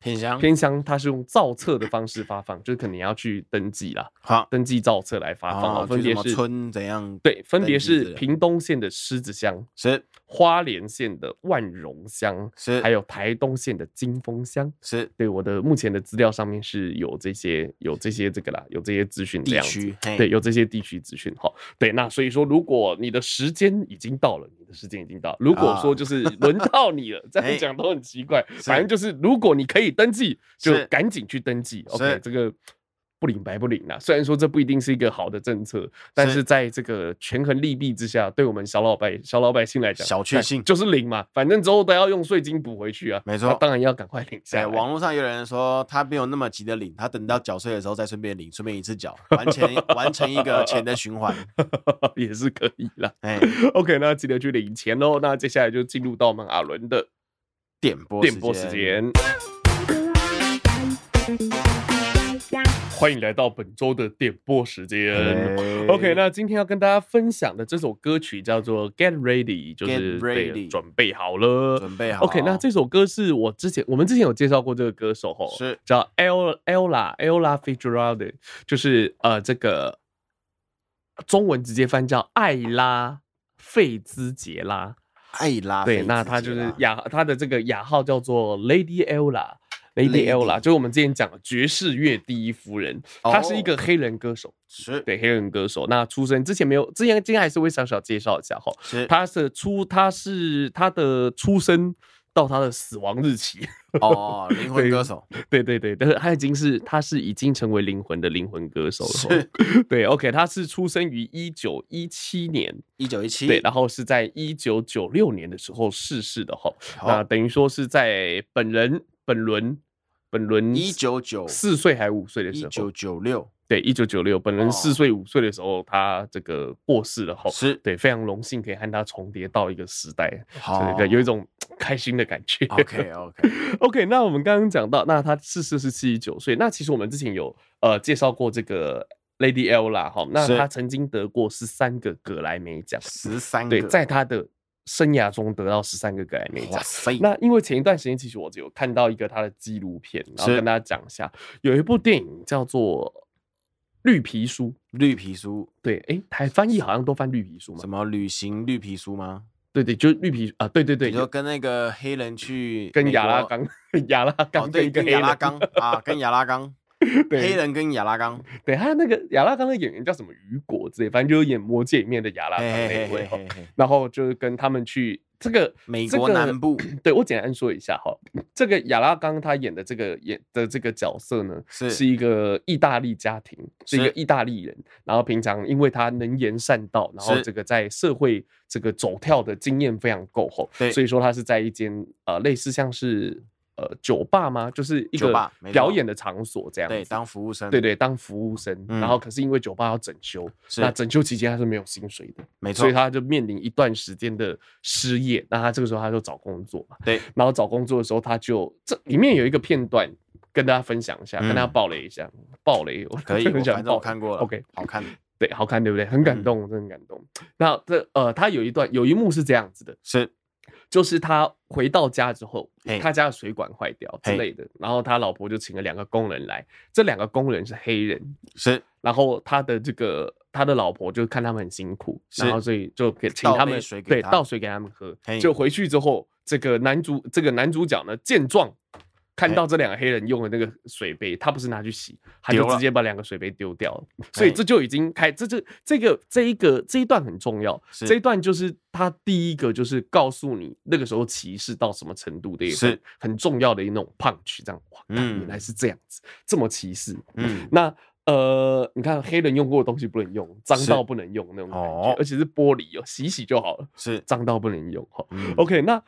偏乡偏乡它是用造册的方式发放，就是可能要去登记啦，好登记造册来发放啊，哦，分就是别什么是村怎样对，分登别记之是类的屏东县的狮子乡、是花莲县的万荣乡，是还有台东县的金峰乡。是对我的目前的资料上面是有这些有这些这个啦，有这些资讯这地样子区，哎嘿对，有这些地区资讯哈。对，那所以说，如果你的时间已经到了，你的时间已经到了。如果说啊就是轮到你了，这 哎样讲都很奇怪。是反正就是，如果你可以登记，就是赶紧去登记。是 OK，这个不领白不领啦。虽然说这不一定是一个好的政策，但是是在这个权衡利弊之下，对我们小老百小老百姓来讲，小确看幸就是领嘛，反正之后都要用税金补回去啊。没错哎那当然要赶快领下来。对，网络上有人说他没有那么急的领，他等到缴税的时候再顺便领，顺便一 次缴，完成完成一个钱的循环。 也是可以啦。哎， OK，那记得去领钱喽。那接下来就进入到我们阿伦的点播电波时，间。欢迎来到本周的点播时间。哎 OK，那今天要跟大家分享的这首歌曲叫做《Get Ready》，就是 Get 对 Ready 准备好了。准备好。 OK，那这首歌是我之前我们之前有介绍过这个歌手吼，是叫 El Ella Ella Fitzgerald，就是呃这个中文直接翻叫艾拉费兹杰拉。艾拉菲对，兹那她就杰是拉雅，她的这个雅号叫做 Lady Ella。Lady Lady Ella 就是我们之前讲的爵士乐第一夫人，她是一哦个黑人歌手，是对黑人歌手。那出身之前没有，之前今天还是会小小介绍一下哈。是他是出，他是他的出生到他的死亡日期，哦，灵魂歌手对对对，但是他已经是他是已经成为灵魂的灵魂歌手了哦 是。对，OK，他是出生于一九一七年，一九一七对，然后是在一九九六年的时候逝世的哈。好那等于说是在本人本轮本轮一九九四岁还五岁的时一候，九九六对，一九九六，本人哦四岁五岁的时候，他这个过世了哈。是哦对，非常荣幸可以和他重叠到一个时代，好对对，有一种开心的感觉。哦 OK OK OK，那我们刚刚讲到，那他逝世是七十九岁。那其实我们之前有呃介绍过这个 Lady L 啦，哈，那是她曾经得过十三个格莱美奖， 十三对，个在她的生涯中得到十三个格莱美奖哇。塞那因为前一段时间，其实我有看到一个她的纪录片，然后是跟大家讲一下，有一部电影叫做《绿皮书》，绿皮书对，诶，台翻译好像都翻《绿皮书》什嘛，么旅行绿皮书吗？对对，就是绿皮啊、对对对，你说跟那个黑人去跟美亚拉国冈 亚拉哦冈对一个跟黑亚拉人冈 啊，跟亚拉冈对黑人跟亚拉冈，对他那个亚拉冈的演员叫什么雨果之类，反正就是演《魔戒》里面的亚拉冈那嘿嘿一位嘿哈。嘿嘿，然后就是跟他们去这个美这国个南部对我简单说一下哈，这个亚拉冈他演的这个演的这个角色呢，是是一个意大利家庭，是一个是意大利人。然后平常因为他能言善道，然后是这个在社会这个走跳的经验非常够吼，对所以说他是在一间呃类似像是呃酒吧吗？就是一酒个吧没错表演的场所这样对子当服务生，对对，当服务生，嗯然后可是因为酒吧要整修，是那整修期间他是没有薪水的，没错所以，他就面临一段时间的失业。那他这个时候他就找工作嘛， 对然后找工作的时候他就这里面有一个片段跟大家分享一下，嗯跟大家爆雷一下，爆雷我可以，我很想反正我爆雷看过了 OK，好看对，好看对不对？很感嗯动，真的很感动。那这呃，他有一段有一幕是这样子的，是就是他回到家之后嘿，他家的水管坏掉之嘿类的，然后他老婆就请了两个工人来，这两个工人是黑人，是然后他的这个他的老婆就看他们很辛苦，是然后所以就给请倒他杯们水给对他倒水给他们喝嘿。就回去之后，这个男主这个男主角呢见状，看嘿到这两个黑人用的那个水杯，他不是拿去洗，他就丢了直接把两个水杯丢掉了。所以这就已经开，这就这个这一个这一段很重要，是这一段就是他第一个就是告诉你那个时候歧视到什么程度的一个是很重要的一种 punch，这样哇，嗯干原来是这样子，这么歧视，嗯那呃，你看黑人用过的东西不能用，脏是到不能用那种感觉，哦而且是玻璃哦，洗洗就好了，是脏到不能用哈。嗯 OK，那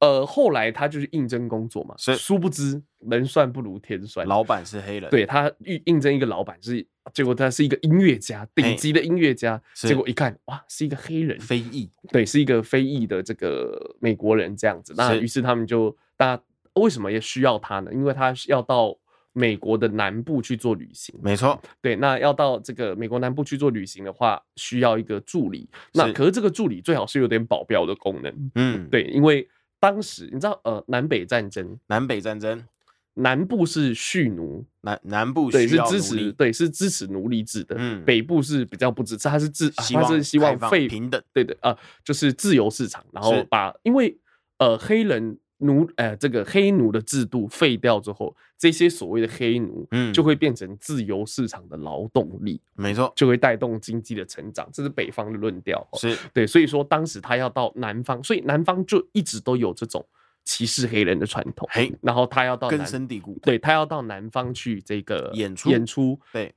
呃后来他就是应征工作嘛，是殊不知人算不如天算，老板是黑人，对他应应征一个老板是，结果他是一个音乐家，顶嘿级的音乐家，是结果一看哇是一个黑人，非裔对，是一个非裔的这个美国人这样子。那是于是他们就，大家为什么也需要他呢？因为他是要到美国的南部去做旅行。没错，对，那要到这个美国南部去做旅行的话，需要一个助理。那是可是这个助理最好是有点保镖的功能。嗯，对，因为当时你知道，呃，南北战争，南北战争南部是蓄奴，南南部对，需是要支努持，力，对，是支持奴隶制的。嗯北部是比较不支持，他是自，啊希他望是希开望放废平等，对的啊、呃就是自由市场，然后是把因为呃黑人奴呃这个黑奴的制度废掉之后，这些所谓的黑奴嗯就会变成自由市场的劳动力，没错，就会带动经济的成长，这是北方的论调、哦。是对，所以说当时他要到南方，所以南方就一直都有这种歧视黑人的传统嘿，然后他要到根南，深蒂固，对他要到南方去这个演出演出，对，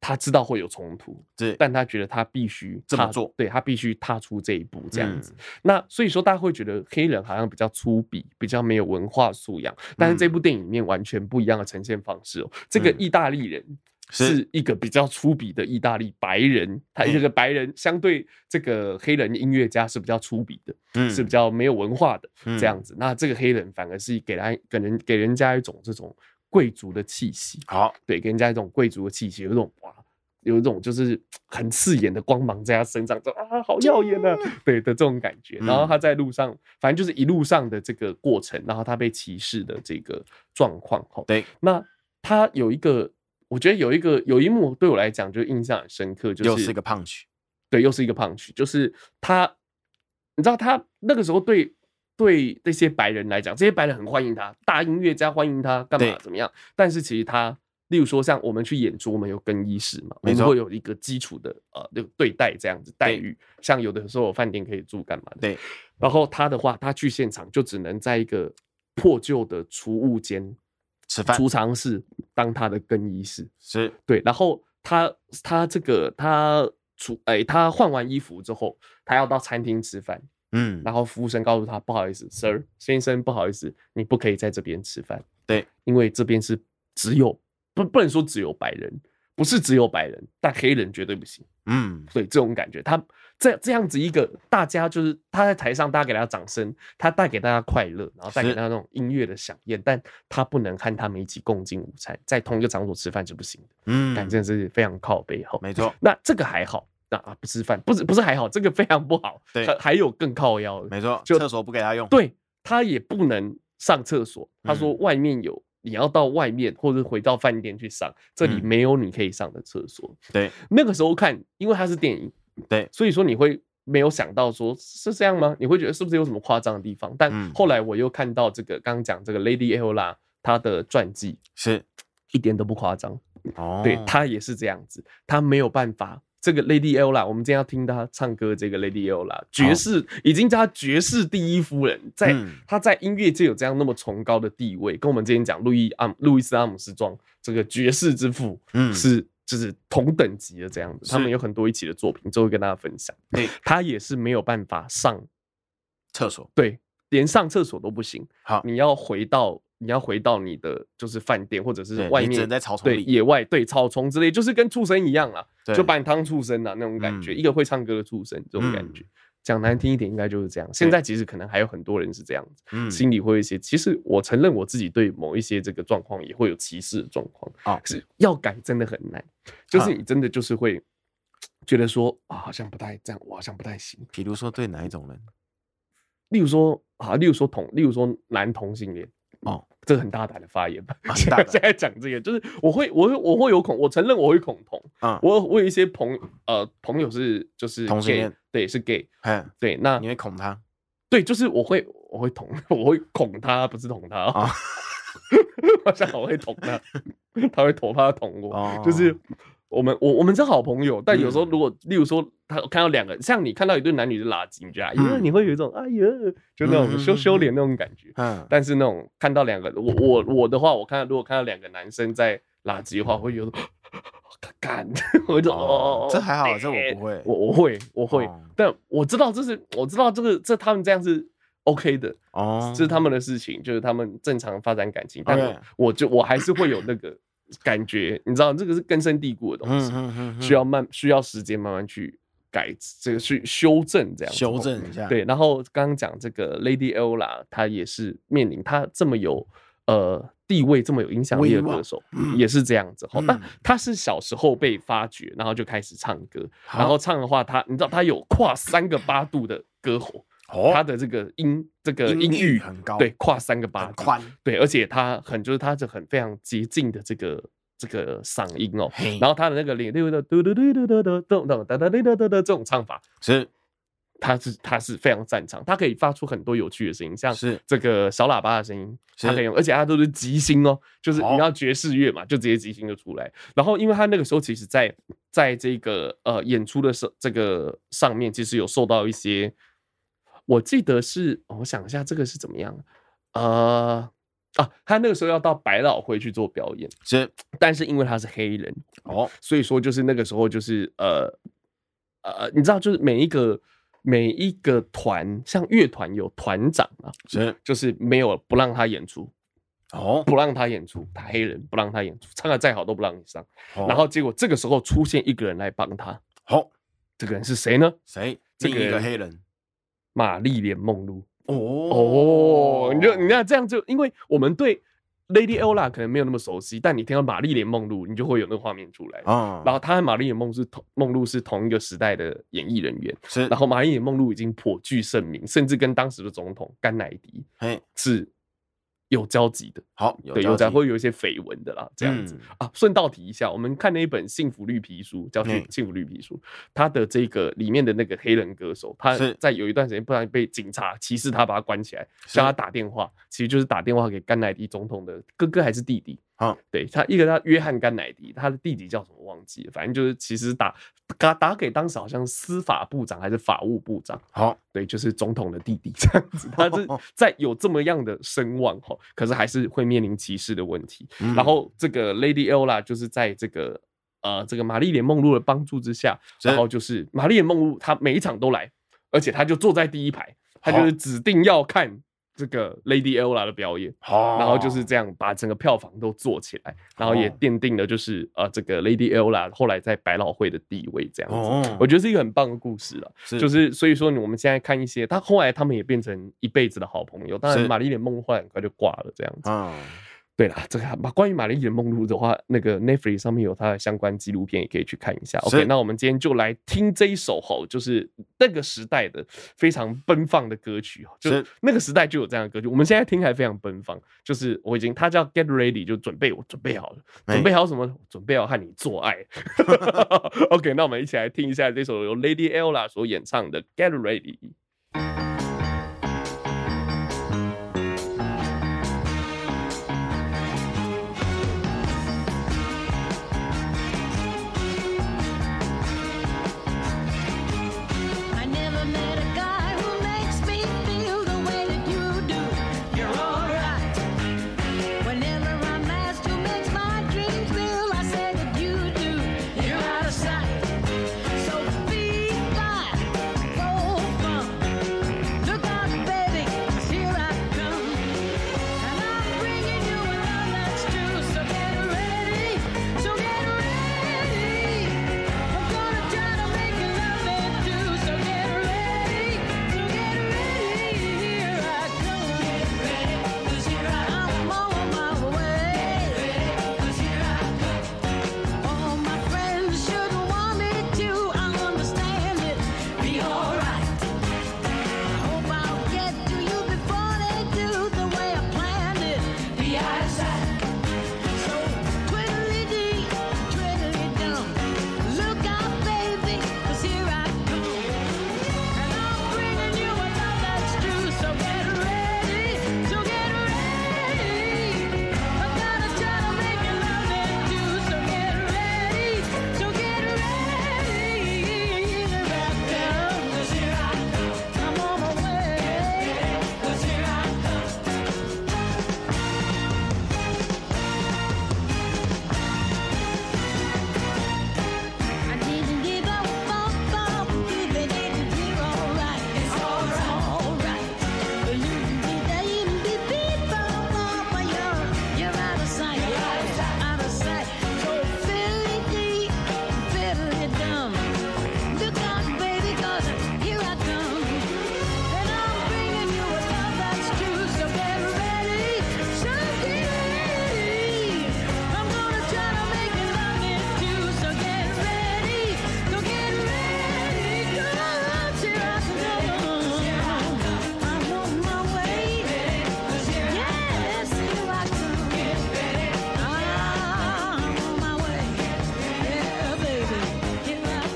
他知道会有冲突，是但他觉得他必须这么踏做嗯对他必须踏出这一步，这样子。那所以说，大家会觉得黑人好像比较粗鄙，比较没有文化素养，但是这部电影里面完全不一样的呈现方式哦。这个嗯意大利人。是是一个比较粗鄙的意大利白人，他嗯这个白人相对这个黑人音乐家是比较粗鄙的，嗯是比较没有文化的嗯这样子。那这个黑人反而是给他给人给人家一种这种贵族的气息，好，对，给人家一种贵族的气息，有一种哇，有一种就是很刺眼的光芒在他身上，就啊，好耀眼啊，对的这种感觉。然后嗯他在路上，反正就是一路上的这个过程，然后他被歧视的这个状况，吼，对，那他有一个，我觉得有一个有一幕对我来讲就印象很深刻，就是又是一个胖曲，对，又是一个胖曲，就是他，你知道他那个时候对对那些白人来讲，这些白人很欢迎他，大音乐家欢迎他，干对嘛怎么样？但是其实他，例如说像我们去演出，我们有更衣室嘛，我没们错会有一个基础的呃那个对待这样子待遇，像有的时候有饭店可以住干嘛的。对，然后他的话，他去现场就只能在一个破旧的储物间、吃饭储藏室当他的更衣室。是对，然后他他这个他出哎、他换完衣服之后，他要到餐厅吃饭，嗯然后服务生告诉他，不好意思，Sir 先生，不好意思，你不可以在这边吃饭，对，因为这边是只有不不能说只有白人，不是只有白人，但黑人绝对不行。嗯对这种感觉，他这这样子一个大家就是他在台上，大家给他掌声，他带给大家快乐，然后带给是大家那种音乐的响宴，但他不能和他们一起共进午餐，在同一个场所吃饭是不行的。嗯，感真是非常靠背后。没错那这个还好，那啊不吃饭，不是不是还好，这个非常不好。 对还还有更靠腰的，没错，就厕所不给他用，对他也不能上厕所。他嗯说外面有，你要到外面或者回到饭店去上，这里嗯没有你可以上的厕所。对那个时候看，因为它是电影，对所以说你会。没有想到说是这样吗？你会觉得是不是有什么夸张的地方？但嗯后来我又看到这个刚刚讲这个 Lady Ella 她的传记，是一点都不夸张。哦，对他也是这样子，他没有办法。这个 Lady Ella，我们今天要听她唱歌。这个 Lady Ella，爵士已经叫她爵士第一夫人，在嗯她在音乐界有这样那么崇高的地位，跟我们之前讲路易阿姆路易斯阿姆斯壮这个爵士之父嗯是就是同等级的这样子。是他们有很多一起的作品，就会跟大家分享。对他也是没有办法上，厕所对，连上厕所都不行。好，你要回到你要回到你的就是饭店或者对是外你只面能在草丛对里野外对草丛之类，就是跟畜生一样啊，对就把你当畜生啊那种感觉，嗯一个会唱歌的畜生这种感觉。讲难听一点，应该就是这样。现在其实可能还有很多人是这样子，嗯心里会有一些。其实我承认我自己对某一些这个状况也会有歧视的状况，哦可是要改真的很难，就是啊你真的就是会觉得说啊，好像不太这样，我好像不太行。比如说对哪一种人例如说啊，例如说同，例如说男同性恋，哦，这很大胆的发言吧？啊很现大在胆 现在讲这个，就是我会，我会，我会有恐，我承认我会恐同。嗯，我我有一些朋呃朋友是就是同性 gay，恋对，是 gay，嘿，对，那你会恐他对，就是我会我会捅， 我会捅他，不是捅他哦，啊 我想我会捅他，他会捅他捅我，哦就是我们我我们是好朋友，但有时候嗯如果、例如说他看到两个，像你看到一对男女是垃圾，你觉得哎呀，嗯你会有一种哎呀，就那种羞羞脸那种感觉。嗯但是那种看到两个，我我我的话，我看到如果看到两个男生在垃圾的话，我会有种干， 我就哦哦，这还好，这我哎不会，我我会我会，哦但我知道这是我知道这个这他们这样是 OK 的，哦这是他们的事情，就是他们正常发展感情，但 OK 我我就我还是会有那个感觉，你知道这个是根深蒂固的东嗯西，嗯嗯嗯需要慢需要时间慢慢去改这个去修正这样子修正一下，对，然后刚刚讲这个 Lady Ella，她也是面临她这么有呃地位、这么有影响力的威望歌手，也是这样子。好、那嗯她是小时候被发掘，然后就开始唱歌，然好后唱的话，她你知道她有跨三个八度的歌喉，哦他的这个音这个音音域域哦很高对，跨三个八很度，宽，对，而且他很就是他这很非常洁净的这个这个嗓音哦。嘿，然后他的那个零六的嘟嘟嘟嘟嘟嘟咚咚哒哒哒哒哒哒这种唱法，是他是他是非常擅长，他可以发出很多有趣的声音，像是这个小喇叭的声音，是他可以用，而且他都是即兴哦，就是哦你要爵士乐嘛，就直接即兴就出来。然后，因为他那个时候其实在在这个呃演出的时这个上面，其实有受到一些，我记得是，哦我想一下这个是怎么样，呃啊，他那个时候要到百老汇去做表演，是但是因为他是黑人，哦，所以说就是那个时候就是呃呃，你知道就是每一个每一个团，像乐团有团长啊，是就是没有不让他演出，哦，不让他演出，他黑人不让他演出，唱的再好都不让你上。哦然后结果这个时候出现一个人来帮他，哦，这个人是谁呢？谁？这另个一个人黑人玛丽莲梦露。哦哦，你就你看这样就，因为我们对 Lady Ella 可能没有那么熟悉，但你听到玛丽莲梦露，你就会有那个画面出来。啊，然后她和玛丽莲梦是同梦露是同一个时代的演艺人员，是然后玛丽莲梦露已经颇具盛名，甚至跟当时的总统甘乃迪嘿是有交集的，好对，有才集会有一些绯闻的啦，这样子、嗯啊。顺道提一下，我们看那一本《幸福绿皮书》，叫嗯《幸福绿皮书》，它的这个里面的那个黑人歌手，他是在有一段时间不然被警察歧视他，把他关起来，是叫他打电话，其实就是打电话给甘乃迪总统的哥哥还是弟弟。啊对他，一个叫约翰甘乃迪，他的弟弟叫什么忘记了，反正就是其实打打打给当时好像司法部长还是法务部长，好对，就是总统的弟弟这样子，他是在有这么样的声望哈，可是还是会面临歧视的问题。嗯然后这个 Lady Ella 就是在这个呃这个玛丽莲梦露的帮助之下，是然后就是玛丽莲梦露她每一场都来，而且她就坐在第一排，她就是指定要看这个 Lady Ella 的表演。好，然后就是这样把整个票房都做起来，然后也哦奠定了就是呃这个 Lady Ella 后来在百老汇的地位这样子。哦，我觉得是一个很棒的故事了。是就是所以说，我们现在看一些，他后来他们也变成一辈子的好朋友。当是然，玛丽莲梦露后来很快就挂了，这样子。嗯对啦，这个还关于玛丽莲梦露的话，那个 Netflix 上面有她的相关纪录片，也可以去看一下。是 OK，那我们今天就来听这一首吼，就是那个时代的非常奔放的歌曲哦，就是是那个时代就有这样的歌曲，我们现在听还非常奔放。就是我已经，它叫 Get Ready，就准备，我准备好了，哎准备好什么？准备好和你做爱。OK，那我们一起来听一下这首由 Lady Ella 所演唱的 Get Ready。 I never met a guy who makes me feel the way that you do. You're alright. Whenever I'm asked who makes my dreams real, I say that you do. You're out of sight. So be fly, go far.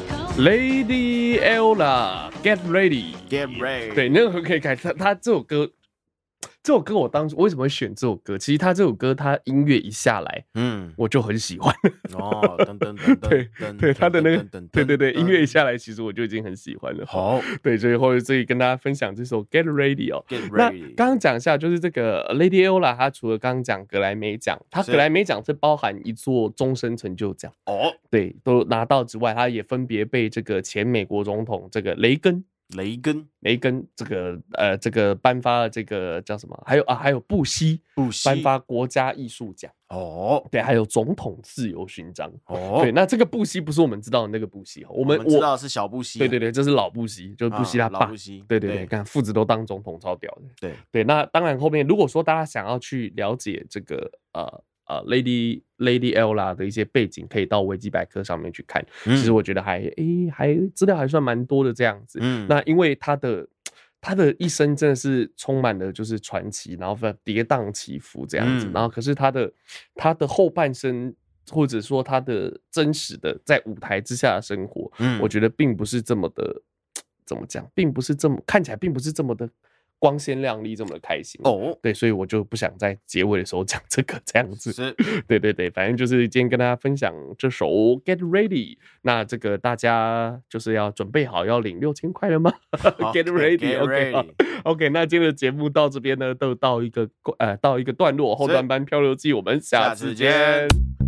Ah, Lady Ella Get Ready。 Get ready，对，那个可以改。他他这首歌，这首歌我当初为什么会选这首歌？其实他这首歌，他音乐一下来，嗯，我就很喜欢。哦，噔噔噔噔，对噔对，他的那噔个噔，对对对，音乐一噔下来，其实我就已经很喜欢了。好对，所以后所以跟大家分享这首 Get Ready 哦。 ，Get 那 ready，刚刚讲一下，就是这个 Lady Ola，她除了刚刚讲格莱美奖，她是格莱美奖是包含一座终身成就奖，哦，对，都拿到之外，她也分别被这个前美国总统这个雷根。雷根雷根这个呃，这个颁发了这个叫什么？还有啊，还有布希不惜颁发国家艺术奖，哦对，还有总统自由勋章。哦，对，那这个布希不是我们知道的那个布希哦，我我们知道是小布希，对对对，这是老布希，就是啊，布希他老爸布。希，对对对，看父子都当总统，超屌的。对对，那当然后面如果说大家想要去了解这个呃呃 Lady Lady Ella 的一些背景，可以到维基百科上面去看。嗯其实我觉得还诶还资料还算蛮多的这样子。嗯那因为他的他的一生真的是充满了就是传奇，然后非常跌宕起伏这样子，嗯然后可是他的他的后半生。或者说他的真实的在舞台之下的生活，嗯我觉得并不是这么的，怎么讲，并不是这么看起来并不是这么的光鲜亮丽，这么的开心。哦对，所以我就不想在结尾的时候 讲这个这样子。 是对对对，反正就是今天跟大家分享这首《Get Ready》。那这个大家就是要准备好要领六千块了吗？Get get Ready，OK、好 ready OK，那今天的节目到这边呢，都到一个呃到一个段落，后是段班漂流记，我们下下次次见见。